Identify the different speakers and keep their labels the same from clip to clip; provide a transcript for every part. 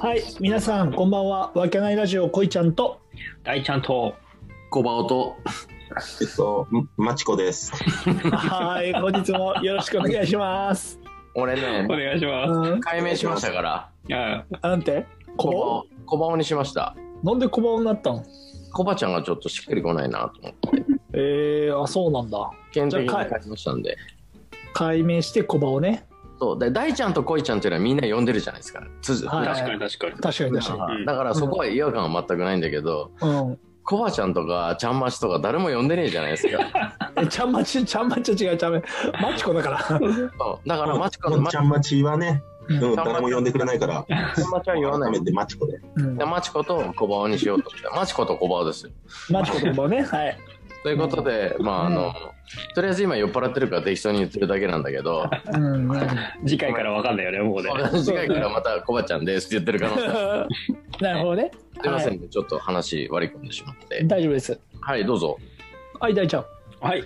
Speaker 1: はい、皆さん、こんばんは。わけないラジオ、こいちゃんと。
Speaker 2: 大ちゃんと
Speaker 3: 小バオと
Speaker 4: えっと、まちこです。
Speaker 1: はい、本日もよろしくお願いします。
Speaker 5: 俺
Speaker 2: お
Speaker 5: ね、
Speaker 2: 願いします。
Speaker 1: うん、
Speaker 5: 解明しましたから、
Speaker 2: いや
Speaker 1: あなんて、
Speaker 5: 小バ
Speaker 1: こ
Speaker 5: オ小バオにしました。
Speaker 1: ば、なんでこばになったの。
Speaker 5: コバちゃんがちょっとしっくりこないなと思って、
Speaker 1: えー、あ、そうなんだ。
Speaker 5: 検討に
Speaker 1: じゃあ
Speaker 5: 変
Speaker 1: か
Speaker 5: えましたんで。
Speaker 1: 解明してこばをね。
Speaker 5: そう、で大ちゃんと恋ちゃんっていうのはみんな呼んでるじゃないですか。つ
Speaker 1: はい
Speaker 2: 確かに確かに。
Speaker 1: 確かに、確
Speaker 5: 普
Speaker 1: か
Speaker 5: 段は
Speaker 2: うん
Speaker 5: だからそこは違和感は全くないんだけど、
Speaker 1: に。うん。
Speaker 5: コバちゃんとかちゃんましとか誰も呼んでねえじゃないです か。
Speaker 1: え、ちゃんまち、ちゃんまちは違う、ちゃんま。マチコだから。
Speaker 5: そうだからマチコ
Speaker 4: もっ
Speaker 5: マ
Speaker 4: ち
Speaker 5: チ
Speaker 4: ゃんまちはね、
Speaker 1: う
Speaker 4: うんん、誰も呼んでくれないから、
Speaker 5: コちゃんは呼ばな
Speaker 4: 改
Speaker 5: い
Speaker 4: め。てまちこで。
Speaker 1: うん
Speaker 5: でマチコと小バオにしようとした。マチコと小バオですよ。
Speaker 1: マチコとこばをね。はい。
Speaker 5: ということで、まああの、とりあえず今酔っ払ってるから適当に言ってるだけなんだけ ど、
Speaker 1: うん。うん
Speaker 2: 次回からわかんないよね、もうね。
Speaker 5: 次回からまたコバちゃんですって言ってる可能性
Speaker 1: なるほどね。
Speaker 5: すいません
Speaker 1: は
Speaker 5: ね、ちょっと話割り込んでしまって
Speaker 1: い。。大丈夫です。
Speaker 5: はい、どうぞ。
Speaker 1: はい、大ちゃん。
Speaker 2: はい。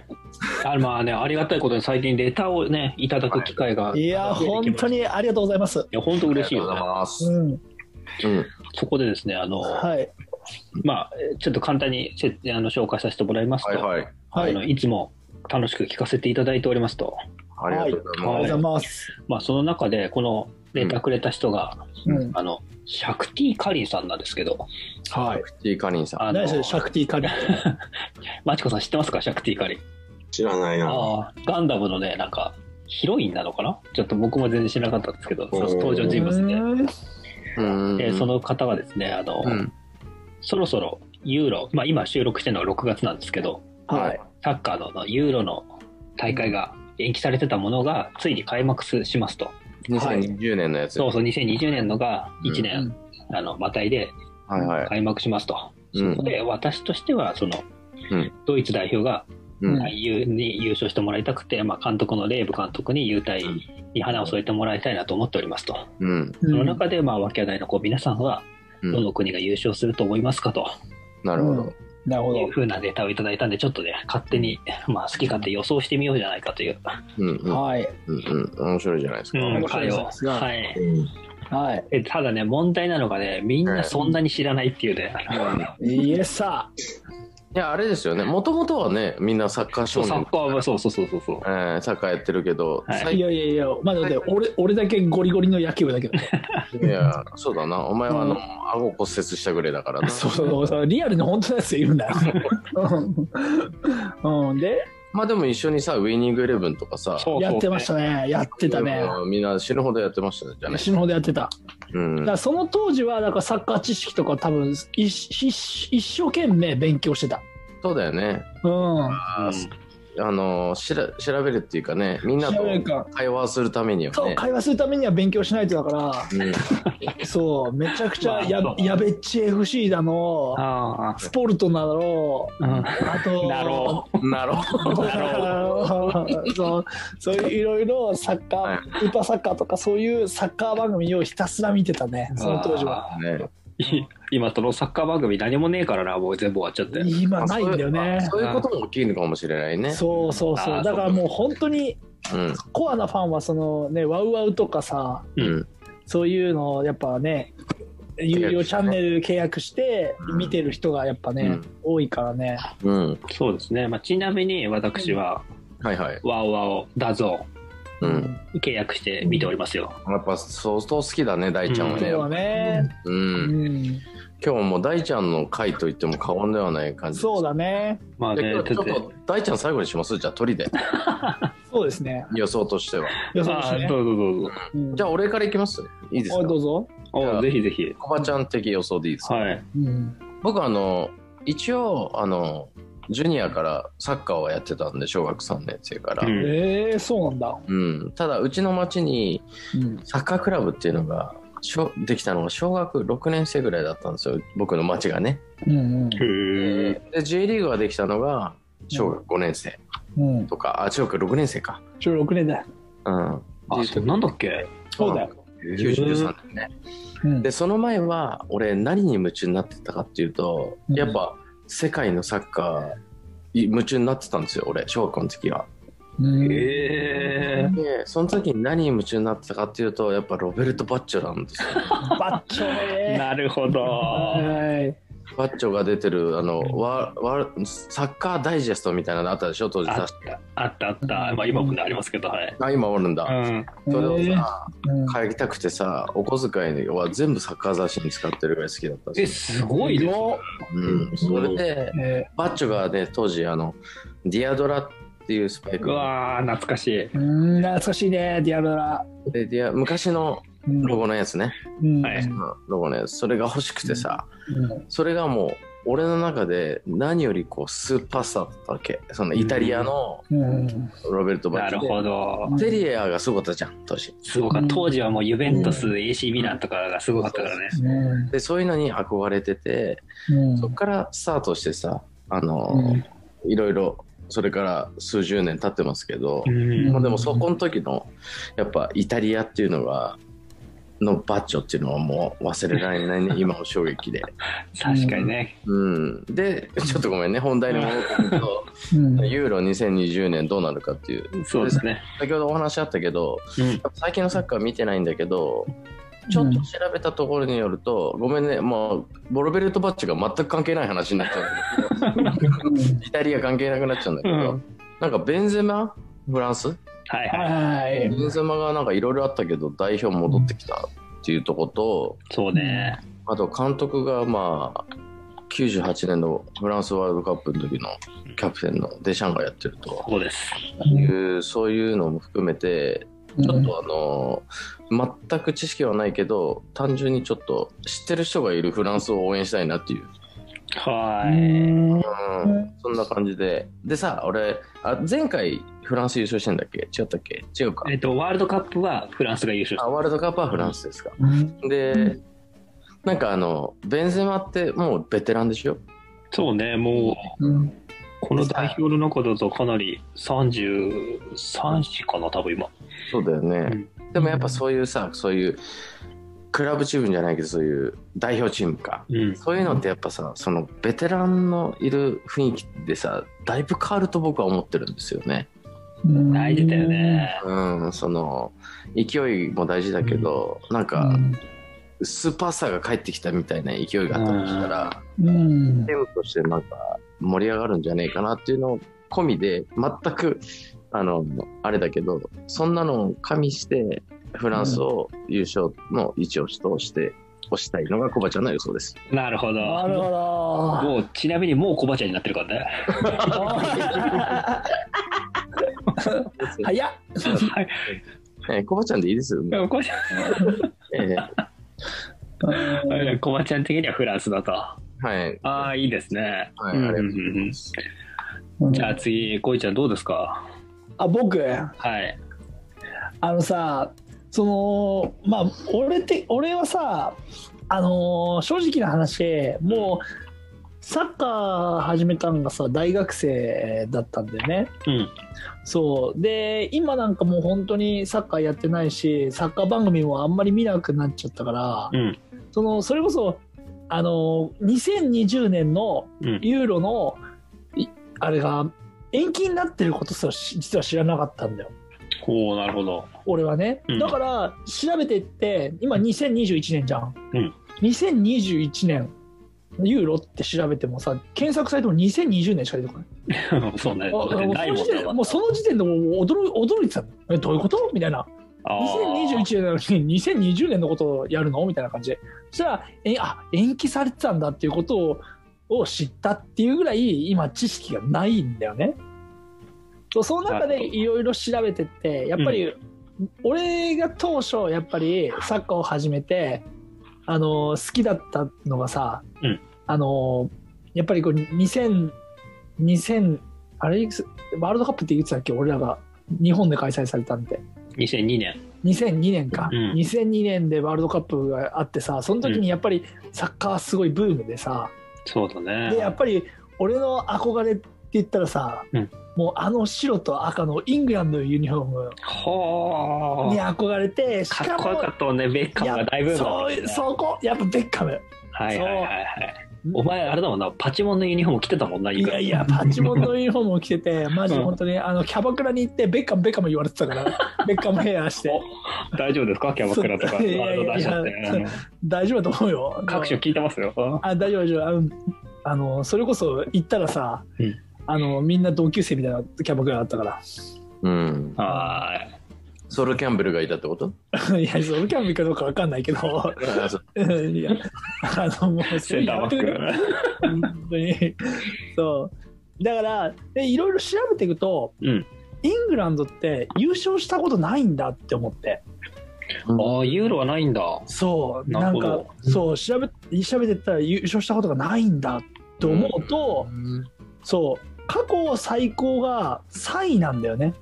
Speaker 2: あまあね、ありがたいことに最近レターをね、いただく機会が。
Speaker 1: いや、本当にありがとうございます。
Speaker 2: いや、本当嬉しい
Speaker 5: あ
Speaker 2: よ、
Speaker 5: りがとう
Speaker 2: ね
Speaker 5: ご。ざいます。
Speaker 1: うん。
Speaker 5: うん。
Speaker 2: そこでですね、あの、
Speaker 1: はい。
Speaker 2: まあ、ちょっと簡単にせあの紹介させてもらいますと、
Speaker 5: はいはい。
Speaker 1: は
Speaker 2: あ
Speaker 1: い。あ
Speaker 2: の
Speaker 1: り
Speaker 2: いつも楽しく聞かせていただいておりますと、
Speaker 5: ありがとうござい
Speaker 1: がとう
Speaker 5: ま
Speaker 1: ござ
Speaker 5: す。
Speaker 1: います。
Speaker 2: まあ、その中で、このレターくれた人が、
Speaker 1: うん。
Speaker 2: あの、シャクティ・カリンさんなんですけど、
Speaker 1: はい。
Speaker 5: シティカリンさん。
Speaker 2: あの
Speaker 1: 何それ、シャクティカリー。
Speaker 2: マチコさん知ってますか、シャクティ・カリン。
Speaker 4: 知らないな。
Speaker 2: ああ、ガンダムのね、なんか、ヒロインなのかなちょっと僕も全然知らなかったんですけど、その登場人物で。
Speaker 1: うん
Speaker 5: うん
Speaker 2: で、そ、の方がですね、あの、
Speaker 5: うん。
Speaker 2: そろそろユーロ、まあ今収録してるのは6月なんですけど、
Speaker 1: はい。
Speaker 2: サッカーのあのユーロの大会が延期されてたものが、ついに開幕すしますと。
Speaker 5: 2020年のやつ。
Speaker 2: そ
Speaker 5: は
Speaker 2: うそう、2020年のが1
Speaker 1: う
Speaker 2: 年、あの、またいで
Speaker 5: いはい。
Speaker 2: 開幕しますと。
Speaker 5: うん
Speaker 2: そこで私としては、その
Speaker 5: うん、
Speaker 2: ドイツ代表が
Speaker 5: うん
Speaker 2: まあ優に優勝してもらいたくて、まあ、監督のレーブ監督に優待に花を添えてもらいたいなと思っておりますと、
Speaker 5: うん。
Speaker 1: う
Speaker 2: その
Speaker 1: ん
Speaker 2: 中で、まあ、わけないのこう皆さんは
Speaker 5: うん
Speaker 2: どの国が優勝すると思いますかと
Speaker 5: なるほど。
Speaker 1: なるほ
Speaker 2: い
Speaker 1: ど
Speaker 2: う。ふうなデータをいただいたんで、ちょっとね、勝手に、まあ、好き勝手予想してみようじゃないかという、
Speaker 5: うんうん
Speaker 1: はい。
Speaker 5: うんうん。面白いじゃないですか。
Speaker 1: 面
Speaker 2: は
Speaker 1: 白
Speaker 2: い
Speaker 1: い
Speaker 2: を
Speaker 1: ですが
Speaker 2: はい
Speaker 4: うん、
Speaker 1: はい。
Speaker 2: えただね、問題なのがね、みんなそんなに知らないっていうね、あの
Speaker 1: イエスさ
Speaker 5: いや、あれですよね。もともとはね、みんなサッカー
Speaker 2: そ
Speaker 5: 少
Speaker 2: うサ
Speaker 5: 年
Speaker 2: ッ。カーはそうそうそうそうそう。
Speaker 5: えーサッカーやってるけど、
Speaker 2: はい
Speaker 1: い
Speaker 5: 最
Speaker 1: やいやいや、まだだって俺、俺だけゴリゴリの野球部だけど。
Speaker 5: 近は、そうだな。お前はあ
Speaker 1: う
Speaker 5: の、顎骨折したぐらいだからな。
Speaker 1: そうそうそう、リアルに本当のやついるんだよ。うん、で、
Speaker 5: まあでも一緒にさ、ウィニングイレブンとかさ、
Speaker 2: そう
Speaker 1: やってましたね。やってたね。
Speaker 5: うんみんな死ぬほどやってましたねじゃね。
Speaker 1: 死ぬほどやってた。
Speaker 5: うん
Speaker 1: だか。らその当時は、だからサッカー知識とか多分、一一一生懸命勉強してた。
Speaker 5: そうだよね。
Speaker 1: うん。
Speaker 2: うん
Speaker 5: あのしら調べるっていうかね、みんなと
Speaker 1: 調べるか
Speaker 5: 会話するためには
Speaker 1: そう、
Speaker 5: ね。
Speaker 1: 会話するためには勉強しないとだか
Speaker 5: うん
Speaker 1: ら、そう、めちゃくちゃ
Speaker 2: まあ
Speaker 1: や,、
Speaker 2: そう
Speaker 1: やべっち FC だの、
Speaker 2: あ
Speaker 1: スポルトなど、
Speaker 2: あ、うん
Speaker 1: あと、
Speaker 2: だろ
Speaker 5: なるほど。
Speaker 1: そうそういういろいろサッカー、
Speaker 5: はい
Speaker 1: ウーパーサッカーとかそういうサッカー番組をひたすら見てたねその当時は
Speaker 2: は。
Speaker 5: ね、
Speaker 2: い 今そのサッカー番組何もねえからなもう全部終わっちゃって
Speaker 1: 今ないんだよね
Speaker 5: そういうことも起きるのかもしれないね。
Speaker 1: そうそうそう
Speaker 2: あー
Speaker 1: だからもう本当に
Speaker 5: うん。
Speaker 1: コアなファンはそのねワウワウとかさ
Speaker 5: うん。
Speaker 1: そういうのをやっぱね有料チャンネル契約して見てる人がやっぱね、
Speaker 5: うん
Speaker 1: 多いからね
Speaker 5: うん。
Speaker 2: そうですね、まあ、ちなみに私は
Speaker 5: はいはい。
Speaker 2: ワオワオダゾ
Speaker 5: う。
Speaker 1: うん
Speaker 2: ーン契約して見ておりますよ、
Speaker 5: やっぱ相当好きだね、大ちゃんは
Speaker 1: そう
Speaker 5: ね。
Speaker 1: だね、
Speaker 5: う。
Speaker 1: うんん
Speaker 5: 今日もう大ちゃんの回と言っても過言ではない感じ。
Speaker 1: そう
Speaker 5: だ。
Speaker 1: だね
Speaker 2: まあ
Speaker 5: じゃあ
Speaker 2: ね
Speaker 5: 今日ちょっ
Speaker 2: だって
Speaker 5: と大ちゃん最後にしますじゃあ鳥で。
Speaker 1: そうですね
Speaker 5: 予想としては。
Speaker 1: よそ
Speaker 2: まあ
Speaker 1: ね、
Speaker 2: どうぞどうぞ
Speaker 1: うん
Speaker 5: じゃあ俺からいきますいいです
Speaker 1: おいど
Speaker 5: か
Speaker 1: うぞ、
Speaker 2: おうぜひぜひ
Speaker 5: コバちゃん的予想でいいですか
Speaker 2: はい
Speaker 1: うん、
Speaker 5: 僕あの一応あのジュニアからサッカーはやってたんで小学3年生から、
Speaker 2: う
Speaker 5: うんん
Speaker 1: ええそうなんだ、
Speaker 5: ただうちの町に
Speaker 1: うん、
Speaker 5: サッカークラブっていうのが小できたのが小学6年生ぐらいだったんですよ僕の町がね、
Speaker 1: うん
Speaker 2: へえ
Speaker 5: で J リーグができたのが小学5年生
Speaker 1: うんうん
Speaker 5: とか、あ小学6年生か
Speaker 1: 16年だ
Speaker 5: うん
Speaker 2: あそうなんだっけ
Speaker 1: そうだよ、
Speaker 5: 93年ね
Speaker 1: うん、
Speaker 5: でその前は俺何に夢中になってたかっていうと
Speaker 1: うん
Speaker 5: やっぱ世界のサッカーい夢中になってたんですよ俺小学校の時は
Speaker 1: うん
Speaker 2: へえ
Speaker 5: でで、その時に何に夢中になってたかっていうと、やっぱロベルト・バッチョなんですよ。
Speaker 1: バッチョね。
Speaker 2: なるほど。
Speaker 1: はい。
Speaker 5: バッチョが出てる、あの、ワワサッカーダイジェストみたいなのあったでしょ、当時
Speaker 2: あ
Speaker 5: さ
Speaker 2: っ。た、あった、あった。まあ、今もねありますけど、はい。
Speaker 5: あ、今おるんだ。
Speaker 2: うん。
Speaker 5: それをさ、
Speaker 1: うん
Speaker 5: 買いたくてさ、お小遣いは全部サッカー雑誌に使ってるぐらい好きだったん
Speaker 2: え、
Speaker 5: です
Speaker 2: すごいですね。
Speaker 5: うん、それで、
Speaker 1: え
Speaker 5: バッチョがね、当時、あの、ディアドラっていうスパイク
Speaker 2: うわー、懐かしい。
Speaker 1: ーうん、懐かしいね、ディアドラ。
Speaker 5: でディア昔の
Speaker 1: うん
Speaker 5: ロゴのやつね、
Speaker 1: うん
Speaker 2: はい
Speaker 5: うんロゴのやつ、それが欲しくてさ、
Speaker 1: うん
Speaker 5: それがもう、俺の中で何よりこうスーパースターだったわけそのイタリアの
Speaker 1: うん
Speaker 5: ロベルト・バ
Speaker 2: な
Speaker 5: ッチ
Speaker 2: る
Speaker 5: ョで、
Speaker 2: ほど。
Speaker 5: セリエアがすごかったじゃん当時
Speaker 2: すごかった。当時はもうユベントス、AC ミランとかがすごかったからね。
Speaker 1: うん
Speaker 5: でそういうのに憧れてて、
Speaker 1: うん
Speaker 5: そっからスタートしてさあ
Speaker 1: う
Speaker 5: の
Speaker 1: ん
Speaker 5: ー、いろいろそれから数十年経ってますけど、
Speaker 2: うん
Speaker 5: まあ、でもそこの時のやっぱイタリアっていうのがのバッチョっていうのはもう忘れられないね今の衝撃で、
Speaker 2: 確かにね。
Speaker 5: うん、でちょっとごめんね本題に戻ってくると
Speaker 1: うん
Speaker 5: ユーロ2020年どうなるかっていう
Speaker 2: そうですね。
Speaker 5: 先ほどお話あったけど
Speaker 2: うん。
Speaker 5: 最近のサッカー見てないんだけどちょっと調べたところによると、ごめんねもうボロベルト・バッチョが全く関係ない話になっちゃうんだけど
Speaker 1: うん
Speaker 5: イタリア関係なくなっちゃうんだけど、
Speaker 2: うん
Speaker 5: なんかベンゼマフランス
Speaker 2: はいはい。
Speaker 1: はい
Speaker 5: ベ。ンゼマがなんかいろいろあったけど代表戻ってきたっていうとこと
Speaker 2: そうね。
Speaker 5: あと監督がまあ98年のフランスワールドカップの時のキャプテンのデシャンがやってると
Speaker 2: そうです。
Speaker 5: いうそういうのも含めて
Speaker 1: うん
Speaker 5: ちょっとあの全く知識はないけど単純にちょっと知ってる人がいるフランスを応援したいなっていう
Speaker 2: は
Speaker 1: う
Speaker 2: い。
Speaker 1: ん
Speaker 5: うん、そんな感じで。でさ、俺、あ前回フランス優勝してんだっけ違ったっけ違うか
Speaker 2: え。っと、ワールドカップはフランスが優勝し
Speaker 5: あ、ワールドカップはフランスですか。
Speaker 1: う
Speaker 5: で、なんかあの、ベンゼマってもうベテランでしょ
Speaker 2: た。そうね、もう、
Speaker 1: うん
Speaker 2: この代表の中だとかなり33子かな、多分今。
Speaker 5: そうだよね。でもやっぱそういうさ、そういう、クラブチームじゃないけど、そういう代表チームか。
Speaker 2: うん。
Speaker 5: そういうのってやっぱさ、そのベテランのいる雰囲気でさ、だいぶ変わると僕は思ってるんですよね。
Speaker 1: うん
Speaker 2: 大事だよね。
Speaker 5: うん、その、勢いも大事だけど、なん
Speaker 1: う
Speaker 5: か、
Speaker 1: ん
Speaker 5: スーパースターが帰ってきたみたいな勢いがあったとしたら、
Speaker 1: うん
Speaker 5: チームとしてなんか盛り上がるんじゃねえかなっていうのを込みで、全く、あの、あれだけど、そんなのを加味して、フランスを優勝の一押しとして、推したいのがコバちゃんの予想です。
Speaker 2: なるほ
Speaker 1: な
Speaker 2: ど。
Speaker 1: るほど
Speaker 2: もう、ちなみにもう小バちゃんになってるからね。
Speaker 1: 早っ
Speaker 2: はい。
Speaker 5: えーコバちゃんでいいですよね。
Speaker 2: 小バちゃん
Speaker 5: え
Speaker 2: うん小バちゃん的にはフランスだと。
Speaker 5: ーはい。
Speaker 2: ああ、いいですね。
Speaker 5: はい
Speaker 2: うん
Speaker 5: ありがとうご
Speaker 2: うんうんうん
Speaker 1: うん
Speaker 2: じゃあ次、こいちゃんどうですか
Speaker 1: あ僕
Speaker 2: はい。
Speaker 1: あのさそのまあ俺って俺はさあのー正直な話もうサッカー始めたのがさ大学生だったんだよね
Speaker 2: うん。
Speaker 1: そうで今なんかもう本当にサッカーやってないしサッカー番組もあんまり見なくなっちゃったから、
Speaker 2: うん。
Speaker 1: そのそれこそあのー2020年の
Speaker 2: うん。
Speaker 1: ユーロのいあれが延期になってることすらし実は知らなかったんだよ
Speaker 2: おおなるほど。
Speaker 1: 俺はね、
Speaker 2: うん
Speaker 1: だから調べてって今2021年じゃん、
Speaker 2: うん
Speaker 1: 2021年ユーロって調べてもさ検索サイトも2020年しか出てこない
Speaker 2: そうね。
Speaker 1: あ
Speaker 2: だってない
Speaker 1: もうその時点
Speaker 2: もんね
Speaker 1: でもうその時点でもう驚い驚いてたのえどういうことみたいな
Speaker 2: あ
Speaker 1: 2021
Speaker 2: ー
Speaker 1: 年なのに2020年のことをやるのみたいな感じでそしたらえあ延期されてたんだっていうことをを知ったっていうぐらい今知識がないんだよねそうその中
Speaker 2: なる
Speaker 1: で
Speaker 2: ほど
Speaker 1: いろいろ調べてってやっぱり、俺が当初やっぱりサッカーを始めてあの好きだったのがさ、
Speaker 2: うん
Speaker 1: あのやっぱりこう2000 2000あれいくつワールドカップっていつだっけ俺らが日本で開催されたんで
Speaker 2: 2002年。
Speaker 1: 2002年か、
Speaker 2: うん
Speaker 1: 2002年でワールドカップがあってさその時にやっぱりサッカーすごいブームでさ、
Speaker 2: そうだ
Speaker 1: でや
Speaker 2: ね。
Speaker 1: っぱり俺の憧れって言ったらさ、
Speaker 2: うん
Speaker 1: もうあの白と赤のイングランドのユニフォーム
Speaker 2: ほ
Speaker 1: に
Speaker 2: ー。
Speaker 1: 憧れてし
Speaker 2: か
Speaker 1: か
Speaker 2: っこよか
Speaker 1: も
Speaker 2: ったもんね。ベッカムがだいぶ。
Speaker 1: そうそこやっぱベッカム
Speaker 2: はいはいはいはい。お前、あれだもんな、パチモンのユニフォーム着てたもんな、
Speaker 1: いやいや、パチモンのユニフォームを着てて、マジ
Speaker 2: うん
Speaker 1: 本当に、あの、キャバクラに行って、ベッカム、ベッカム言われてたから、ベッカムヘアして、
Speaker 2: 大丈夫ですかキャバクラとか、ワ
Speaker 1: そういや
Speaker 2: ー
Speaker 1: い
Speaker 2: ルド
Speaker 1: や
Speaker 2: 出
Speaker 1: い
Speaker 2: しち
Speaker 1: や
Speaker 2: ゃって。あの
Speaker 1: 大丈夫だと思うよ。
Speaker 2: 各所聞いてますよ。
Speaker 1: あ、大丈夫、大丈夫。あの、あのそれこそ行ったらさ、
Speaker 2: うん
Speaker 1: あの、みんな同級生みたいなキャバクラだったか
Speaker 5: うん。
Speaker 2: は
Speaker 5: ソル・キャンベルがいたってこと
Speaker 1: ら、 いや、そう、キャンビかどうかわかん ないけど、うん いや、あの、もう、
Speaker 2: い。センターバック。
Speaker 1: 本当に。そう。だから、でいろいろ調べていくと、
Speaker 2: うん
Speaker 1: イングランドって優勝したことないんだって思って。
Speaker 2: ああ、ユーロはないんだ。
Speaker 1: そう。
Speaker 2: な
Speaker 1: な
Speaker 2: る
Speaker 1: ん
Speaker 2: ほど
Speaker 1: か、そう、調べ、調べてったら優勝したことがないんだと思うと、そう、過去最高が3位なんだよね。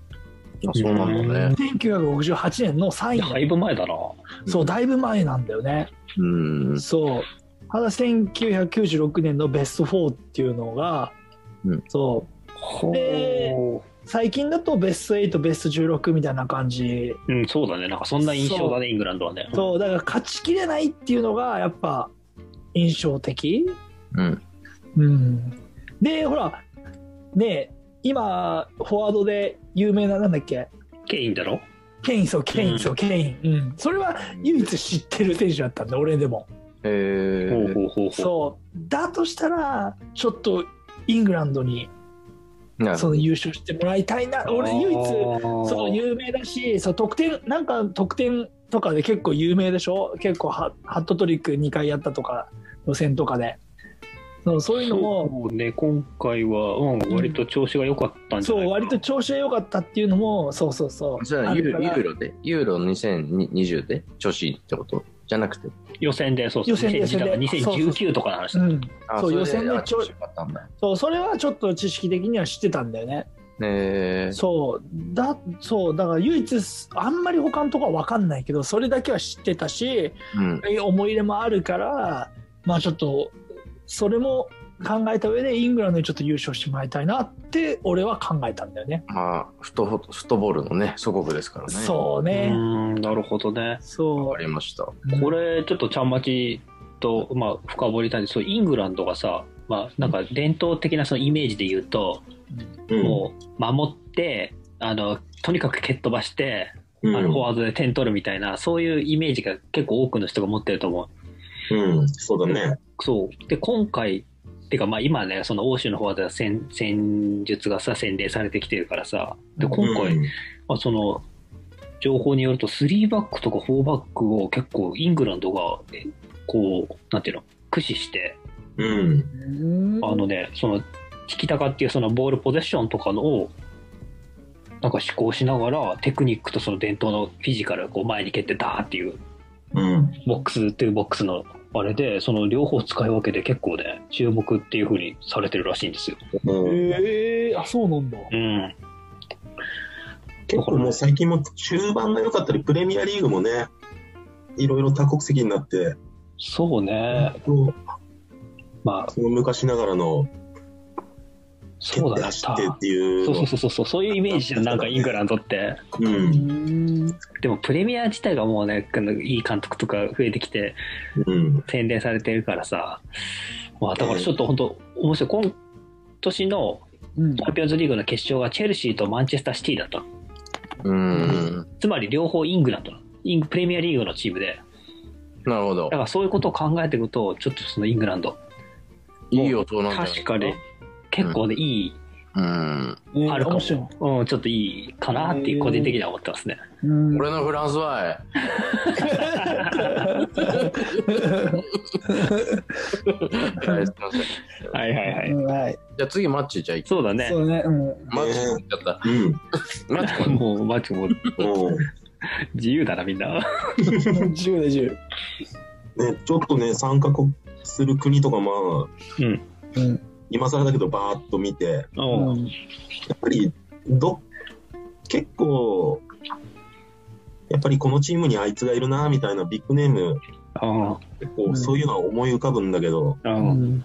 Speaker 5: あそうなんだね。
Speaker 1: 1968年の3位
Speaker 2: だいぶ前だな。
Speaker 1: そう、だいぶ前なんだよね。
Speaker 5: うん。
Speaker 1: そう。ただ1996年のベスト4っていうのが、
Speaker 5: うん
Speaker 1: そう、
Speaker 2: ほ
Speaker 1: で最近だとベスト8ベスト16みたいな感じ、
Speaker 2: うん、そうだね。なんかそんな印象だね、イングランドはね。
Speaker 1: そうだから勝ちきれないっていうのがやっぱ印象的、
Speaker 5: うん。
Speaker 1: うん、でほらねえ今フォワードで有名ななんだっけ
Speaker 2: ケインだろ
Speaker 1: ケインそうケインそう、ケイン、うん、それは唯一知ってる選手だったんで俺でも
Speaker 5: え
Speaker 2: ほう
Speaker 5: ー、
Speaker 2: ほうほうほう。
Speaker 1: そうだとしたらちょっとイングランドに
Speaker 5: なる
Speaker 1: そ
Speaker 5: ほ
Speaker 1: の優勝してもらいたいな俺唯一そう有名だしそう得点なんか得点とかで結構有名でしょ結構ハハットトリック2回やったとか予選とかでそうそういうのも
Speaker 2: そうね、今回は、うん、割と調子が良かったんじゃ
Speaker 1: そ
Speaker 2: ないうかな
Speaker 1: 割と調子が良かったっていうのもそうそうそう
Speaker 5: ど。じゃあ
Speaker 1: あ
Speaker 5: ユ
Speaker 1: る
Speaker 5: ー
Speaker 1: か
Speaker 5: ロ、ユ
Speaker 1: ら
Speaker 5: ーロで、ユーロ2020で調子いいってことじゃなくて。
Speaker 2: 予選で、そうそう、
Speaker 1: 予選で
Speaker 2: 2000だから
Speaker 1: 予選で
Speaker 2: 2019とかの話だ
Speaker 1: うん、
Speaker 5: あ
Speaker 1: そう
Speaker 5: れ
Speaker 1: 予選で
Speaker 5: あ
Speaker 1: ちょ
Speaker 5: 調子良かったんだ。
Speaker 1: そうそれはちょっと知識的には知ってたんだよね
Speaker 5: えー、
Speaker 1: そうだそうだから唯一すあんまり他のとこは分かんないけどそれだけは知ってたし
Speaker 5: うん。
Speaker 1: え思い入れもあるからまあちょっとそれも考えた上でイングランドにちょっと優勝してもらいたいなって俺は考えたんだよね。
Speaker 5: まあ、フットボフットボールのね、祖国ですからね。
Speaker 1: そう
Speaker 2: う
Speaker 1: ね。
Speaker 2: ん、なるほどね。
Speaker 1: そ
Speaker 5: わかりました。
Speaker 1: う。
Speaker 2: これ、ちょっとちゃんまちと、まあ、深掘りたいんですけど、イングランドがさ、まあ、なんか伝統的なそのイメージで言うと、
Speaker 4: うん
Speaker 2: もう守って、あの、とにかく蹴っ飛ばして、
Speaker 4: う
Speaker 2: あのフォ
Speaker 4: ん
Speaker 2: ワードで点取るみたいな、そういうイメージが結構多くの人が持ってると思う。
Speaker 4: うん、そうだね。
Speaker 2: そう。で、今回、てかまあ今ね、その欧州の方では戦戦術がさ、洗礼されてきてるからさ、で、
Speaker 1: うん
Speaker 2: 今回、
Speaker 4: うん
Speaker 2: まあ、その、情報によると、3バックとか4バックを結構イングランドが、えこう、なんていうの、駆使して、
Speaker 4: うん。
Speaker 1: うん
Speaker 2: あのね、その、引きたかっていうそのボールポゼッションとかのを、なんか試行しながら、テクニックとその伝統のフィジカルをこう前に蹴ってダーっていう、
Speaker 4: うん。
Speaker 2: ボックスっていうボックスの、あれで、その両方使い分けて結構ね、注目っていう風にされてるらしいんですよ。
Speaker 4: うん
Speaker 1: えー、あそうなんだ。
Speaker 2: うん。
Speaker 4: 結構もう最近も中盤が良かったり、プレミアリーグもね、いろいろ多国籍になって、
Speaker 2: そうね。まあ、
Speaker 4: その昔ながらの蹴
Speaker 2: そうだ
Speaker 4: って
Speaker 2: ね。
Speaker 4: 走ってっていう
Speaker 2: そ
Speaker 4: の
Speaker 2: うそうそうそう、そういうイメージじゃん、なんかイングランドって。
Speaker 4: う、
Speaker 1: うんん
Speaker 2: でもプレミア自体がもうね、あのいい監督とか増えてきて、
Speaker 4: うん、
Speaker 2: 洗練されてるからさ。まあ、だからちょっと本当面白い。今年の
Speaker 1: うん
Speaker 2: チャンピオンズリーグの決勝がチェルシーとマンチェスターシティだったの。
Speaker 5: うん。
Speaker 2: つまり両方イングランドなのイングプレミアリーグのチームで。
Speaker 5: なるほど
Speaker 2: だ。からそういうことを考えていくと、ちょっとそのイングランド、
Speaker 5: いい音なんじゃない
Speaker 2: 確かに。結構ね、いい、
Speaker 5: うん。
Speaker 1: ね
Speaker 2: あるかも
Speaker 1: 面白い
Speaker 2: うん、ちょっといいかなっていう個人的には思ってますね。
Speaker 1: うん
Speaker 5: 俺のフランスはえ。はいすいません
Speaker 2: はいはいは
Speaker 1: う。ん はい。
Speaker 5: じゃあ次、マッチじゃあ行き
Speaker 2: そうだね
Speaker 1: そ。うね。うん。
Speaker 5: マッチ行っちゃった。
Speaker 4: うん、
Speaker 5: マッチ君
Speaker 2: もう、マジもう
Speaker 4: も
Speaker 2: 自由だな、みんな。
Speaker 1: 10で10。
Speaker 4: うね、ちょっとね、参加国する国とか、まあ、
Speaker 1: うん
Speaker 4: 今更だけど、バーっと見て、
Speaker 2: うん。
Speaker 4: やっぱりど、結構、やっぱりこのチームにあいつがいるなみたいなビッグネーム、結
Speaker 1: う
Speaker 4: 構
Speaker 1: ん
Speaker 4: そういうのは思い浮かぶんだけど、
Speaker 2: う。
Speaker 1: うんん。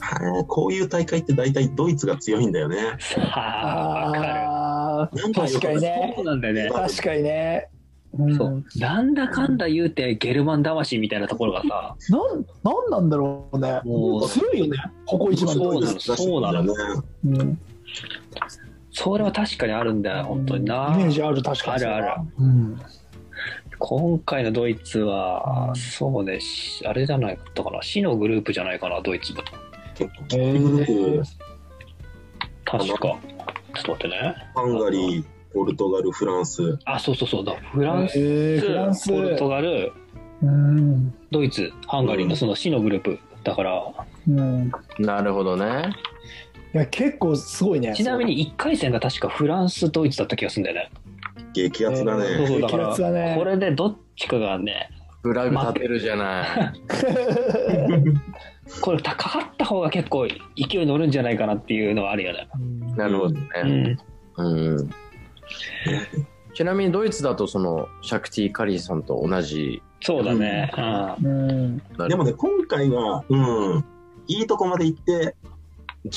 Speaker 4: はいこういう大会って大体ドイツが強いんだよね。
Speaker 2: さあ、わか
Speaker 1: ああ
Speaker 4: なんかよく
Speaker 1: 確かにね
Speaker 2: る。そうなんだよね。
Speaker 1: 確かにね。うん
Speaker 2: そうなんだかんだ言うてゲルマン魂みたいなところがさ
Speaker 1: なんなんなんだろうね
Speaker 2: もう
Speaker 1: 強いよねここ一番
Speaker 2: そうなの
Speaker 4: 出してくるんだよね。
Speaker 1: うん
Speaker 2: それは確かにあるんだよ本当にな
Speaker 1: イメージある確かに
Speaker 2: あるある
Speaker 1: うん
Speaker 2: 今回のドイツはそうねしあれじゃないかったかな死のグループじゃないかなドイツも
Speaker 4: 結構、
Speaker 1: えー
Speaker 2: 確かちょっと待ってね
Speaker 4: ハンガリー、ポルトガル、フランス、
Speaker 2: あそうそうそうだフランス、
Speaker 1: えーフランス
Speaker 2: ポルトガル
Speaker 1: うん
Speaker 2: ドイツハンガリーのその死のグループだから
Speaker 1: うん
Speaker 5: なるほどね。
Speaker 1: いや結構すごいね
Speaker 2: ちなみに1回戦が確かフランスドイツだった気がするんだよね
Speaker 4: 激アツだ
Speaker 1: え
Speaker 2: そう
Speaker 4: ね。
Speaker 2: そうだか
Speaker 1: 激アツだね
Speaker 2: らこれでどっちかがね
Speaker 5: フラグ立てるじゃない。
Speaker 2: これ高かった方が結構勢い乗るんじゃないかなっていうのはあるよね。
Speaker 1: うん
Speaker 5: なるほど
Speaker 2: う
Speaker 5: ね。
Speaker 2: ん、
Speaker 5: うん。ちなみにドイツだとそのシャクティ・カリーさんと同じ。
Speaker 2: そうだね。うん
Speaker 1: うん
Speaker 4: でもね、今回は、うん、いいとこまで行って、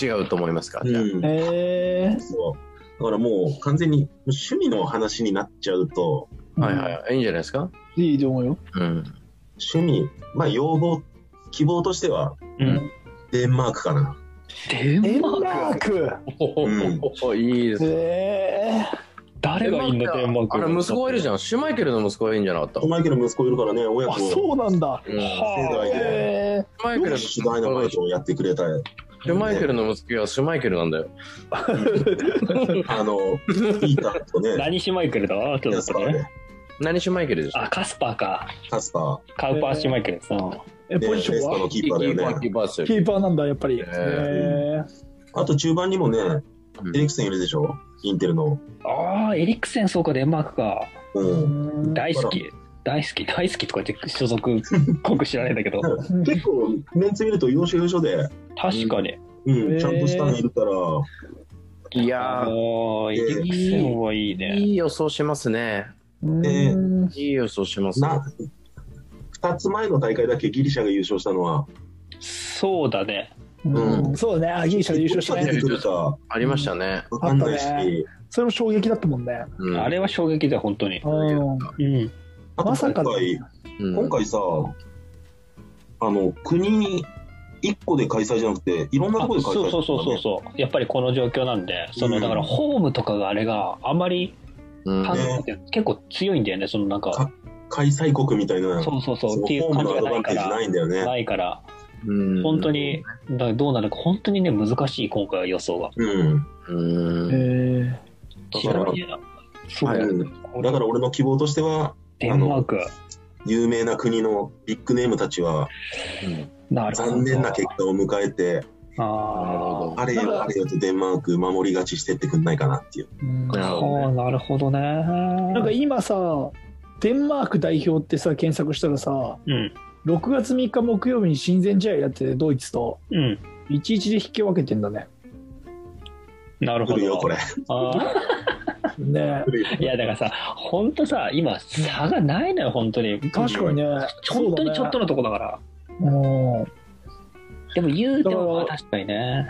Speaker 5: 違うと思いますか、じゃあ
Speaker 4: うん、
Speaker 1: え
Speaker 4: そうだからもう完全に趣味の話になっちゃうと、
Speaker 1: ー
Speaker 5: はいはいはい。いいんじゃないですか
Speaker 1: いいと思う よ
Speaker 5: うん。
Speaker 4: 趣味、まあ要望、希望としては、
Speaker 2: うん
Speaker 4: デンマークかな。
Speaker 2: デ
Speaker 1: デ
Speaker 2: ン
Speaker 1: ン
Speaker 2: マ
Speaker 1: マ
Speaker 2: ー
Speaker 1: ー
Speaker 2: ク
Speaker 1: ク
Speaker 4: うん
Speaker 5: おいいですね
Speaker 1: え
Speaker 2: 誰がいいんだ、デンマーク。
Speaker 5: あれ、息子がいるじゃん。シュマイケルの息子がいいんじゃなかった。
Speaker 4: トマイケルの息子いるからね、親
Speaker 1: ー、あ
Speaker 4: 子、世
Speaker 1: そうなんだ
Speaker 5: うんシ
Speaker 2: はあ
Speaker 1: えー
Speaker 5: ュマイケルの
Speaker 4: 代
Speaker 5: 息
Speaker 4: 主
Speaker 5: 子
Speaker 4: 題の
Speaker 5: がい
Speaker 4: マ
Speaker 5: い
Speaker 4: イ
Speaker 5: じゃん
Speaker 4: クをやってくれた、
Speaker 5: シュマイケルの息子はシュマイケルなんだよ。
Speaker 4: あの、ピーターと ね、
Speaker 2: 何シュマイケルだわ、ちょ
Speaker 4: ヤ
Speaker 2: っ
Speaker 4: ス
Speaker 2: と
Speaker 4: パ
Speaker 2: 待っ
Speaker 4: ー
Speaker 2: てね。
Speaker 4: ね、
Speaker 5: 何シュマイケルでしょ
Speaker 2: あ、カスパーか。
Speaker 4: カスパ
Speaker 2: カウパーシュマイケルさ。うん
Speaker 1: え
Speaker 4: ー、ね、
Speaker 1: ポ
Speaker 4: レ
Speaker 1: ジショ
Speaker 4: ス
Speaker 1: ン
Speaker 4: パー
Speaker 1: は
Speaker 4: のキーパーだよね。
Speaker 5: キーパーですよ
Speaker 1: キーパーなんだやっぱり
Speaker 5: え
Speaker 1: え
Speaker 5: ー
Speaker 1: え
Speaker 4: あと中盤にもね、
Speaker 5: うん
Speaker 4: エリクセンいるでしょ、インテルの。
Speaker 2: ああ、エリクセン、そうか、デンマークか。
Speaker 4: う
Speaker 1: ー
Speaker 4: ん
Speaker 1: うん
Speaker 2: 大好き。大好き、大好きとか言って所属国知らないんだけど、
Speaker 4: 結構、メンツ見ると要所要所で、
Speaker 2: 確かに。
Speaker 4: う
Speaker 1: へー
Speaker 4: ん、ちゃんとしたのいるから、
Speaker 5: い
Speaker 2: あ
Speaker 5: や
Speaker 2: あ、エリクセンはいい
Speaker 5: ー、
Speaker 2: ね。
Speaker 5: いい予想しますね。
Speaker 1: うん
Speaker 4: え
Speaker 5: いい予想します。
Speaker 4: な2つ前の大会だけギリシャが優勝したのは、
Speaker 2: そうだね。
Speaker 1: う、
Speaker 4: うん
Speaker 1: そうだねあギリシャで優勝した
Speaker 4: どっから出
Speaker 1: ね
Speaker 4: てくるか
Speaker 5: ありましたね。
Speaker 4: 分かんない
Speaker 1: あった
Speaker 4: し、
Speaker 1: それも衝撃だったもんね
Speaker 5: うん
Speaker 2: あれは衝撃だよ、本当に。
Speaker 1: うん
Speaker 2: うん。
Speaker 4: あと
Speaker 1: まさ
Speaker 4: 今
Speaker 1: かだ
Speaker 4: 回、
Speaker 5: うん
Speaker 4: 今回さ、あの国1個で開催じゃなくて、いろんなところで開
Speaker 2: そう
Speaker 4: 催
Speaker 2: そうそうそう
Speaker 4: そ
Speaker 2: そうやっぱりこの状況なんでそうの
Speaker 4: ん
Speaker 2: だからホームとかがあれがあまり
Speaker 5: うん
Speaker 2: 感
Speaker 4: ね
Speaker 2: 結構強いんだよねそのなんか
Speaker 4: か開催国みたいな、
Speaker 2: そうそうそう
Speaker 4: その
Speaker 2: っていう
Speaker 4: ホーム
Speaker 2: 感じ
Speaker 4: の
Speaker 2: がない
Speaker 4: アドバンテ
Speaker 2: か
Speaker 4: ージ
Speaker 2: ら
Speaker 4: ないんだよね。
Speaker 2: ないから
Speaker 5: うん
Speaker 2: 本当にだからどうなるか本当にね難しい今回は予想が
Speaker 4: うん、
Speaker 5: うん
Speaker 1: え
Speaker 2: だ
Speaker 4: か
Speaker 2: かららねそう
Speaker 5: は
Speaker 2: だ
Speaker 5: い
Speaker 2: よ
Speaker 4: う
Speaker 2: ね
Speaker 4: んだから俺の希望としては、
Speaker 2: デンマーク
Speaker 4: 有名な国のビッグネームたちは、
Speaker 2: なるほど
Speaker 4: 残念な結果を迎えて、
Speaker 5: なるほ
Speaker 2: あ
Speaker 5: ど
Speaker 4: あれ
Speaker 1: なん
Speaker 4: よ
Speaker 1: か
Speaker 4: あれよとデンマーク守り勝ちしてってくんないかなっていう。
Speaker 1: ーうん
Speaker 5: なる
Speaker 2: あ
Speaker 5: ほどね
Speaker 2: ーなるほどね
Speaker 1: なんか今さデンマーク代表ってさ検索したらさ
Speaker 2: うん
Speaker 1: 6月3日木曜日に親善試合やっててドイツと
Speaker 2: うん
Speaker 1: 11で引き分けてんだね
Speaker 2: なる
Speaker 4: 来
Speaker 2: ほ
Speaker 4: るよ、
Speaker 2: ど
Speaker 4: これ。
Speaker 2: あー
Speaker 1: ね
Speaker 4: 来るよ
Speaker 2: いやだからさ、本当さ、今、差がないのよ、本当に。
Speaker 1: 確かにね
Speaker 2: 本当にちょっと
Speaker 1: の
Speaker 2: のとこだから。
Speaker 1: うん
Speaker 2: でも言うても、
Speaker 1: だ
Speaker 2: あ
Speaker 1: から
Speaker 2: 確かにね。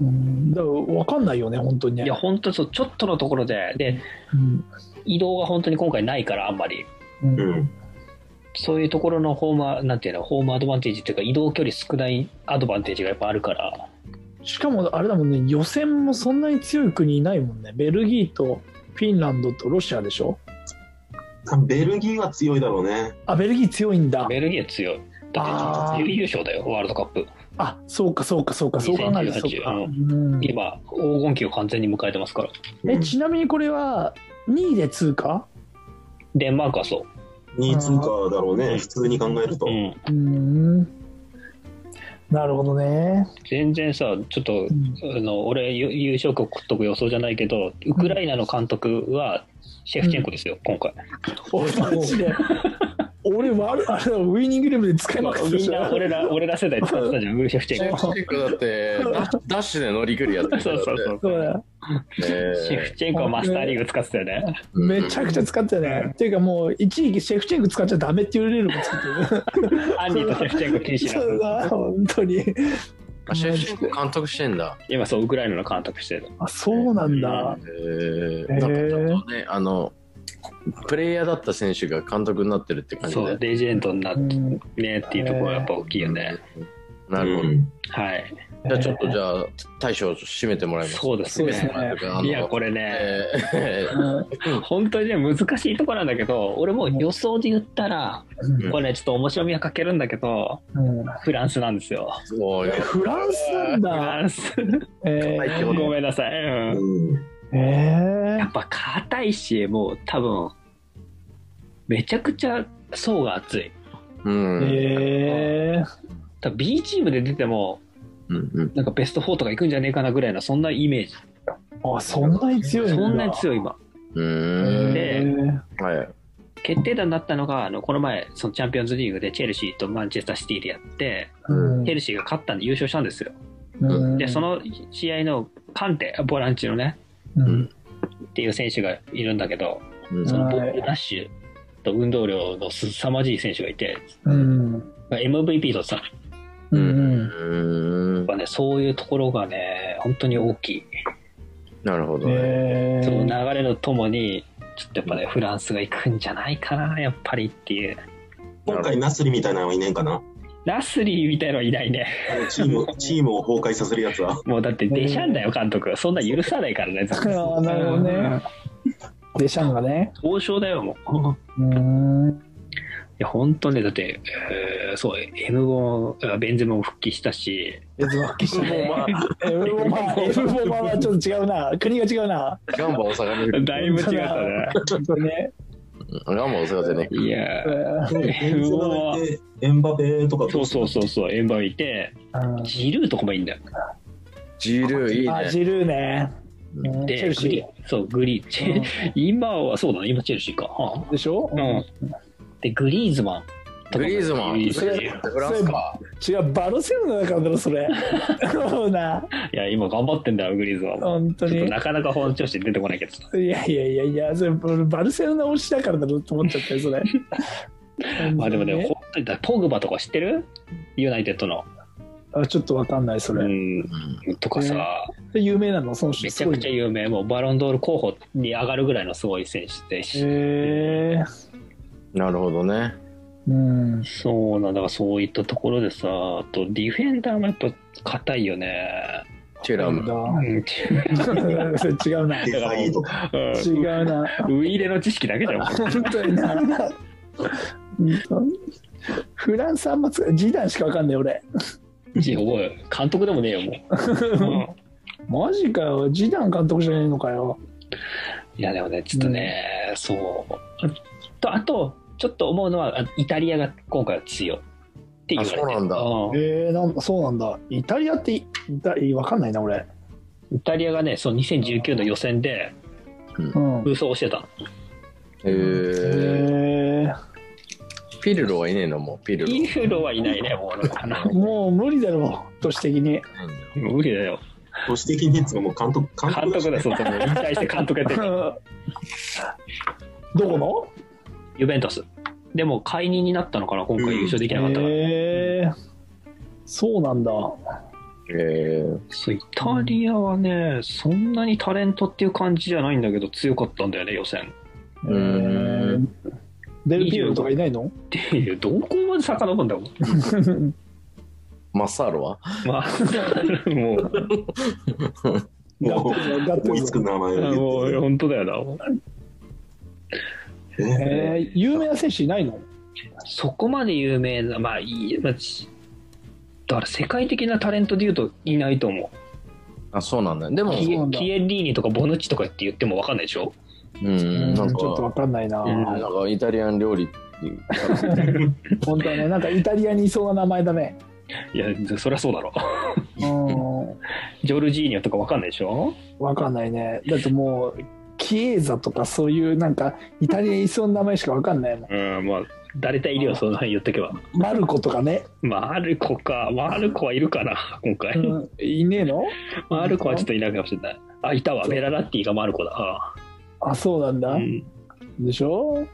Speaker 1: うんだから分かんないよね本当にね
Speaker 2: いや、本当そう、ちょっとのところで、で、
Speaker 1: うん
Speaker 2: 移動が本当に今回ないから、あんまり。
Speaker 1: うん
Speaker 4: うん
Speaker 2: そういうところのホームア、なんていうの、ホームアドバンテージっていうか、移動距離少ないアドバンテージがやっぱあるから。
Speaker 1: しかもあれだもんね予選もそんなに強い国いないもんねベルギーとフィンランドとロシアでしょ
Speaker 4: 多分ベルギーは強いだろうね。
Speaker 1: あベルギー強いんだ
Speaker 2: ベルギーは強い。だ
Speaker 1: あ
Speaker 2: っ
Speaker 1: ー
Speaker 2: て、準優勝だよ、ワールドカップ。
Speaker 1: あそうかそうかそうかそう考えるとそうか、
Speaker 2: 2018
Speaker 1: うん
Speaker 2: 今、黄金期を完全に迎えてますから。
Speaker 1: え
Speaker 4: うん
Speaker 1: ちなみにこれは2位で通過
Speaker 2: デンマークはそ
Speaker 4: 2位通過だろう
Speaker 2: う
Speaker 4: ね、
Speaker 2: ん
Speaker 4: 普通に考えると
Speaker 2: う。う。ん。
Speaker 1: うんなるほどね、
Speaker 2: 全然さ、ちょっと、
Speaker 1: うん
Speaker 2: あの俺ゆ優勝国とか予想じゃないけどウクライナの監督はシェフチェンコですよ、今回
Speaker 1: おマジで俺悪い あれだウイニングレベルで使いまくって
Speaker 2: みんな俺ら俺ら世代使ってたじゃんウーシェフチ
Speaker 5: シ
Speaker 2: ェンコ
Speaker 5: ェフチェンコだってダッダッシュで乗り来るやつだって
Speaker 2: そうそうそう
Speaker 1: そうだよ
Speaker 5: ね
Speaker 2: シェフチェンコはマスターリーグ使ってたよね
Speaker 5: うん
Speaker 1: めちゃくちゃ使ってたね、っていうかもう一時期シェフチェンク使っちゃダメっていうルールも作ってる
Speaker 2: アンディとシェフチェンコ禁止
Speaker 1: そう
Speaker 2: な
Speaker 1: だ本当に
Speaker 5: あシェフチェンコ監督してんだ。
Speaker 2: 今そうウクライナの監督してる
Speaker 1: あそうなんだ、
Speaker 5: え
Speaker 1: へ
Speaker 5: ー
Speaker 1: ー
Speaker 5: なんかちょっとね、あの、プレイヤーだった選手が監督になってるって感じ
Speaker 2: そう、
Speaker 5: で。
Speaker 2: レジェンドになっ
Speaker 1: う
Speaker 2: て
Speaker 1: ん
Speaker 2: ねっていうところがやっぱ大きいよね。
Speaker 5: なるほど。
Speaker 4: うん
Speaker 2: はい。
Speaker 5: じゃあちょっとじゃあ大将締めてもらいます。
Speaker 2: そうですね
Speaker 1: そうですね
Speaker 2: いや、これね、
Speaker 5: れ。えー
Speaker 2: 本当にね、難しいところなんだけど、俺も予想で言ったら、
Speaker 1: うん
Speaker 2: これねちょっと面白みは欠けるんだけど、
Speaker 1: うん
Speaker 2: フランスなんですよ。
Speaker 5: そうよ
Speaker 1: フランスなん
Speaker 2: フ
Speaker 1: だ。
Speaker 2: ランス。
Speaker 1: え
Speaker 5: はいってこ
Speaker 2: ごめんなさい。うん
Speaker 4: うん
Speaker 1: ー、え
Speaker 2: やっぱ硬いし、もう多分、めちゃくちゃ層が厚い。
Speaker 5: うん
Speaker 1: ー、え
Speaker 2: 多分 B チームで出ても、
Speaker 5: うんうん
Speaker 2: なんかベスト4とか行くんじゃねえかなぐらいな、そんなイメージ。
Speaker 1: ー、あ、そんなに強いだ
Speaker 2: そんなに強い今。
Speaker 5: うーん
Speaker 2: で
Speaker 1: えー
Speaker 5: はい
Speaker 2: 決定打になったのが、あのこの前、そのチャンピオンズリーグでチェルシーとマンチェスターシティでやって、
Speaker 1: うん
Speaker 2: チェルシーが勝ったんで優勝したんですよ。
Speaker 1: うん
Speaker 2: で、その試合のカンテ、ボランチのね、
Speaker 1: うん
Speaker 2: っていう選手がいるんだけど、
Speaker 5: うん
Speaker 2: そのボールダッシュと運動量の凄まじい選手がいて、
Speaker 1: うん、
Speaker 2: MVP とってたのや
Speaker 1: う、
Speaker 5: うんーん
Speaker 2: っぱね、そういうところがね、本当に大きい。
Speaker 5: なるほどね。
Speaker 1: え
Speaker 2: その
Speaker 1: ー、
Speaker 2: 流れのともに、ちょっとやっぱね、フランスが行くんじゃないかな、やっぱりっていう。
Speaker 4: 今回、ナスリみたいなのはいねえんかな。
Speaker 2: ラスリーみたいのはいないね。
Speaker 4: あのチーム チームを崩壊させるやつは。
Speaker 2: もうだって、デシャンだよ、監督。そんな許さないから ね、絶対
Speaker 1: あーなるほどね。デシャンがね。
Speaker 2: 交渉だよ、もう。
Speaker 1: うん、
Speaker 2: いや、本当ね、だって、えーそう、M ボン、ベンゼムも復帰したし、
Speaker 1: やつも復帰してね。
Speaker 5: まあ
Speaker 1: F ボマー、F ボマはちょっと違うな。国が違うな。
Speaker 5: ガンバ大阪に。
Speaker 2: だいぶ違った
Speaker 1: ちょっとね。
Speaker 5: ガンバ大阪で ね。
Speaker 2: ね。いや
Speaker 1: う
Speaker 2: ー、
Speaker 1: ん
Speaker 4: ベンゼマがいてエンバペとか
Speaker 2: そうそうそうそう、エンバーいて、ジルーとかもいいんだよ。
Speaker 5: ジルーいい
Speaker 1: あ、
Speaker 5: ね。
Speaker 1: ジルーね。うんチェル
Speaker 2: で、グリ
Speaker 1: シ
Speaker 2: ー、そう、グリー、チェ今はそうだね、今チェルシーか。
Speaker 1: ーでしょ
Speaker 2: う。ん。で、グリーズマンとかも
Speaker 5: グリーズマン
Speaker 2: いいし
Speaker 1: それ
Speaker 5: フランスか。
Speaker 1: 違う、バルセロナだからだろ、そ れ。そうな。
Speaker 2: いや、今頑張ってんだよ、グリーズマンも。
Speaker 1: 本当
Speaker 2: ちょっと
Speaker 1: に。
Speaker 2: なかなか本調子出てこないけど。
Speaker 1: いやいやいやいや、それバルセロナ推しだからだろと思っちゃったよ、それ。
Speaker 2: まあでもね、本当にだ、ポグバとか知ってるユナイテッドの。
Speaker 1: あちょっとわかんない、そうれ。
Speaker 2: ん。
Speaker 5: う
Speaker 2: とかさ、
Speaker 1: 有名なの、その人。
Speaker 2: めちゃくちゃ
Speaker 1: い。
Speaker 2: 有名。もうバロンドール候補に上がるぐらいのすごい選手でし。
Speaker 1: へえ。
Speaker 5: んなるほどね。
Speaker 1: うん。
Speaker 2: そうなんだからそういったところでさ、あとディフェンダーもやっぱ硬いよね。
Speaker 5: チュラム。
Speaker 1: だ。
Speaker 2: うん、
Speaker 1: それ違う な。
Speaker 4: デサイとか。
Speaker 1: 違うな。
Speaker 2: ウイイレの知識だけじゃん。
Speaker 1: 本当にな。うんフランスあんまつジダンしかわかんない俺。
Speaker 2: いやおい監督でもねえよ、もう。
Speaker 1: マジかよ、ジダン監督じゃねえのかよ。
Speaker 2: いや、でもね、ちょっとね、そう。と、あと、ちょっと思うのは、あイタリアが今回は強い。って言われてる
Speaker 5: あそうなんだ
Speaker 2: う
Speaker 1: えー、なんそうなんだ。イタリアっていイタリわかんないな俺。
Speaker 2: んイタリアがね、その2019の予選で、
Speaker 1: うん。
Speaker 2: 空想をしてたの。
Speaker 5: えー
Speaker 1: えー
Speaker 5: ピルロはいねえのもうピルロ。
Speaker 2: インフロはいないね、もう。だから
Speaker 1: もう無理だろう、都市的に。
Speaker 2: 無理だよ。
Speaker 4: 都市的にいつももう監督、監
Speaker 2: 監
Speaker 4: 督
Speaker 2: 督だ、そうそう。もう引退して監督やっ てる。
Speaker 1: どこの
Speaker 2: ユベントス。でも解任になったのかな、今回優勝できなかったから。
Speaker 1: えー、そうなんだ。
Speaker 5: えー
Speaker 2: そうイタリアはね、そんなにタレントっていう感じじゃないんだけど、強かったんだよね、予選。
Speaker 1: え
Speaker 5: う
Speaker 1: ー、デルピエロとかいないの
Speaker 2: っていう、どこまで遡るん だもん。
Speaker 5: マッサーロは
Speaker 2: まあ、もう、
Speaker 4: もう
Speaker 1: ガッツ
Speaker 4: 思いつく名前
Speaker 2: も
Speaker 4: を
Speaker 2: う
Speaker 4: 言っ
Speaker 2: 本当だよな。
Speaker 4: てね。
Speaker 1: えー、有名な選手いないの
Speaker 2: そこまで有名な、まあいい、まあ、しだから世界的なタレントで言うといないと思
Speaker 5: あ、そうなんだ。でも
Speaker 2: う。、
Speaker 1: そうなんだ
Speaker 2: キエリーニとかボヌッチとかって言ってもわかんないでしょ
Speaker 5: うん、なん
Speaker 1: ちょっとわ
Speaker 5: か、
Speaker 1: かんないな、
Speaker 2: うん
Speaker 5: なんかイタリアン料理っていう。
Speaker 1: 本当はねなんかイタリアにいそうな名前だね
Speaker 2: いや、そりゃそうだろ。
Speaker 1: うん
Speaker 2: ジョルジーニョとかわかんないでしょ
Speaker 1: わかんないねだってもうキエーザとかそういうなんかイタリアにいそうな名前しかわかんないも
Speaker 2: うん、まあ、誰かいるよ、その辺言っとけば。
Speaker 1: んマルコとかね、
Speaker 2: マルコか。マルコはいるかな、今
Speaker 1: う
Speaker 2: 回。
Speaker 1: ん、いねえの
Speaker 2: マルコはちょっといないかもしれない。あ、いたわ。ベララッティがマルコだ。あ
Speaker 1: あそうなんだ、
Speaker 2: うん
Speaker 1: でしょ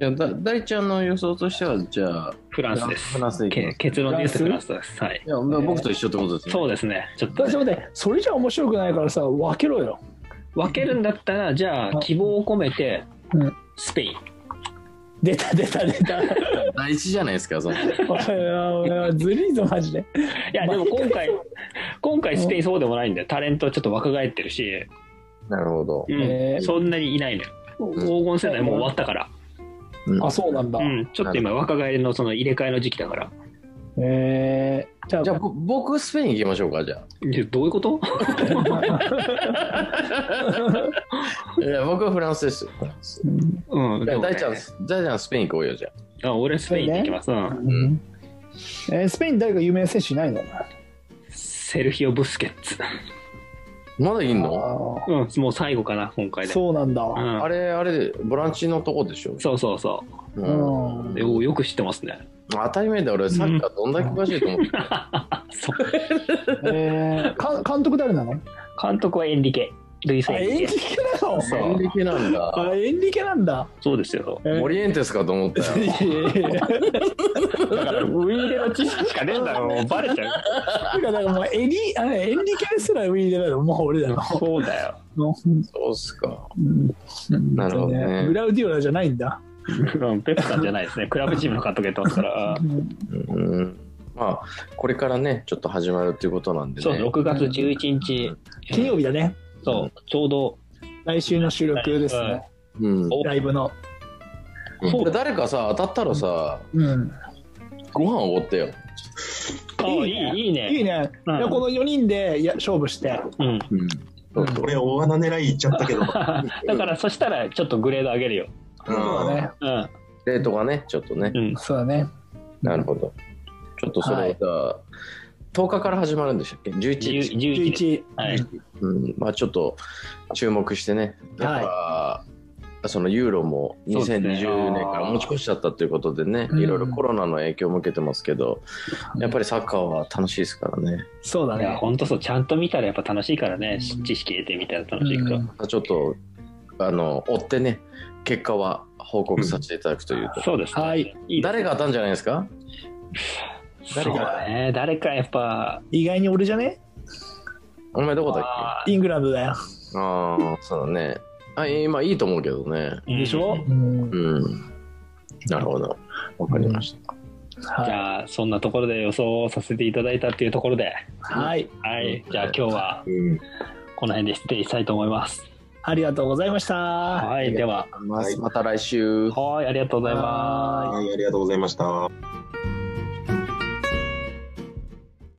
Speaker 5: いやだ大ちゃんの予想としては、じゃあ、
Speaker 2: フランスです
Speaker 5: フランス。でいきま
Speaker 2: け
Speaker 5: す
Speaker 2: 結論で言うとフランスです。はい。
Speaker 5: いやまあ僕と一緒ってことですね。
Speaker 2: そうですね。ちょっと
Speaker 1: だって待ってそれじゃ面白くないからさ分けろよ
Speaker 2: 分けるんだったら、じゃあ希望を込めて
Speaker 1: うん
Speaker 2: スペイン。
Speaker 1: 出た出た出た
Speaker 5: 第一じゃないですか、その。
Speaker 1: おいおいおいずるいぞマジで
Speaker 2: いや、でも今回、今回スペインそうでもないんだよ。タレントちょっと若返ってるし、
Speaker 5: なるほど。
Speaker 2: うん
Speaker 1: へー
Speaker 2: そんなにいないのよ。黄金世代もう終わったから、
Speaker 5: うん
Speaker 1: あそうなんだ、
Speaker 2: う
Speaker 1: へ
Speaker 2: ん、ちょっと今若返りのその入れ替えの時期だから
Speaker 1: えじゃあ
Speaker 5: じゃあ、ぼ僕、スペイン行きましょうか、じゃ
Speaker 2: でどういうこと
Speaker 5: あ。いや、僕はフランスですよ、フランス。
Speaker 1: うん
Speaker 2: うんでもね
Speaker 5: 大ちゃん、大ちゃん、スペイン行こうよ、じゃあ。
Speaker 2: あ俺スペインで行きます、うん、
Speaker 5: ん
Speaker 1: えースペイン誰か有名な選手いないの
Speaker 2: セルヒオ・ブスケッツ、
Speaker 5: まだいんの
Speaker 1: あ
Speaker 2: うん、もう最後かな今回
Speaker 1: ー
Speaker 2: で
Speaker 1: そうなんだ、
Speaker 2: う
Speaker 5: あ
Speaker 2: ん、
Speaker 5: れ、あれ、ボランチのとこでしょ。
Speaker 2: そうそうそう
Speaker 1: うんん
Speaker 2: うでおよく知ってます ね
Speaker 5: 当たり前だ、俺、サッカーどんだけ詳しいと思ってた。
Speaker 2: そう
Speaker 1: えー、か監督誰なの
Speaker 2: 監督はエンリケルイス・
Speaker 1: あ
Speaker 2: エ
Speaker 1: エン
Speaker 2: ンリ
Speaker 1: リ
Speaker 2: ケ
Speaker 1: ケなの
Speaker 2: そう
Speaker 5: エンリケなんだ。
Speaker 1: あエンリケなんだ
Speaker 2: そうですよ
Speaker 1: え
Speaker 5: モリエンテスかと思ったよ。
Speaker 1: いやいやいや
Speaker 2: だからウィーレの知識しかねえんだろもうバレちゃう
Speaker 1: なんかだからもうエリあエンリケですらウィーデラだもう俺だろ
Speaker 2: そうだよ、
Speaker 5: そうっすか。
Speaker 1: うん
Speaker 5: なるほどね
Speaker 1: グラウディオラじゃないんだ、
Speaker 2: うん、ペプさんじゃないですねクラブチームの監督やってますから
Speaker 1: うん
Speaker 5: うん。まあ、これからね、ちょっと始まるっていうことなんでね。
Speaker 2: そう6月11日
Speaker 1: 金曜日だね
Speaker 2: そうちょうど
Speaker 1: 来週の収録ですね、
Speaker 5: うん。
Speaker 2: お
Speaker 1: ライブの
Speaker 5: これ誰かさ、当たったらさ、
Speaker 1: うん
Speaker 5: ご飯おごってよ。
Speaker 2: あいいいいね
Speaker 1: いいね、
Speaker 2: うん
Speaker 1: いやこの4人でいや勝負して
Speaker 2: うん、
Speaker 5: うん。そうそう
Speaker 4: 俺、大穴狙い行っちゃっ たけど、
Speaker 2: だからそしたらちょっとグレード上げるよ。
Speaker 4: う
Speaker 1: そうだ
Speaker 4: ん
Speaker 1: ね
Speaker 2: うん。
Speaker 5: デートがね、ちょっとね
Speaker 2: う。ん。
Speaker 1: そうだね
Speaker 5: なるほど。ちょっとそれが、10日から始まるんでしたっけ ?11
Speaker 2: 十
Speaker 5: 日。
Speaker 2: 一日。
Speaker 1: 11
Speaker 2: はい。
Speaker 5: うん。まあちょっと注目してね。やっぱ、そのユーロも
Speaker 2: そうですね
Speaker 5: 2020年から持ち越しちゃったということでね、
Speaker 1: うん
Speaker 5: いろいろコロナの影響も受けてますけど、やっぱりサッカーは楽しいですからね。
Speaker 1: そうだ
Speaker 2: いや
Speaker 1: ね
Speaker 2: 本当そうちゃんと見たらやっぱ楽しいからね、
Speaker 1: うん
Speaker 2: 知識得てみたら楽しいから、
Speaker 1: うん
Speaker 5: またちょっと、あの、追ってね、結果は報告させていただくというと。
Speaker 2: そうですね
Speaker 1: はい
Speaker 2: いです
Speaker 5: 誰が当たんじゃないですか誰
Speaker 2: そう
Speaker 5: が
Speaker 2: だね誰かやっぱ
Speaker 1: 意外に俺じゃね
Speaker 5: お前どこだっけ
Speaker 2: あ
Speaker 5: あ
Speaker 1: イングランドだよ、
Speaker 5: あー、そうだね。あ、今いいと思うけどね。
Speaker 2: ー
Speaker 1: でしょ、
Speaker 2: う
Speaker 1: うん
Speaker 2: ん
Speaker 5: うん。なるほど。わかりました。
Speaker 2: じ
Speaker 1: はい
Speaker 2: ゃあそんなところで予想をさせていただいたっていうところで
Speaker 1: はい、
Speaker 2: はいじゃあ今日は
Speaker 4: うん
Speaker 2: この辺で失礼したいと思います
Speaker 1: ありがとうございました
Speaker 2: はいでは
Speaker 5: まあまた来週。
Speaker 2: はいありがとうございます
Speaker 4: はい、ありがとうございました。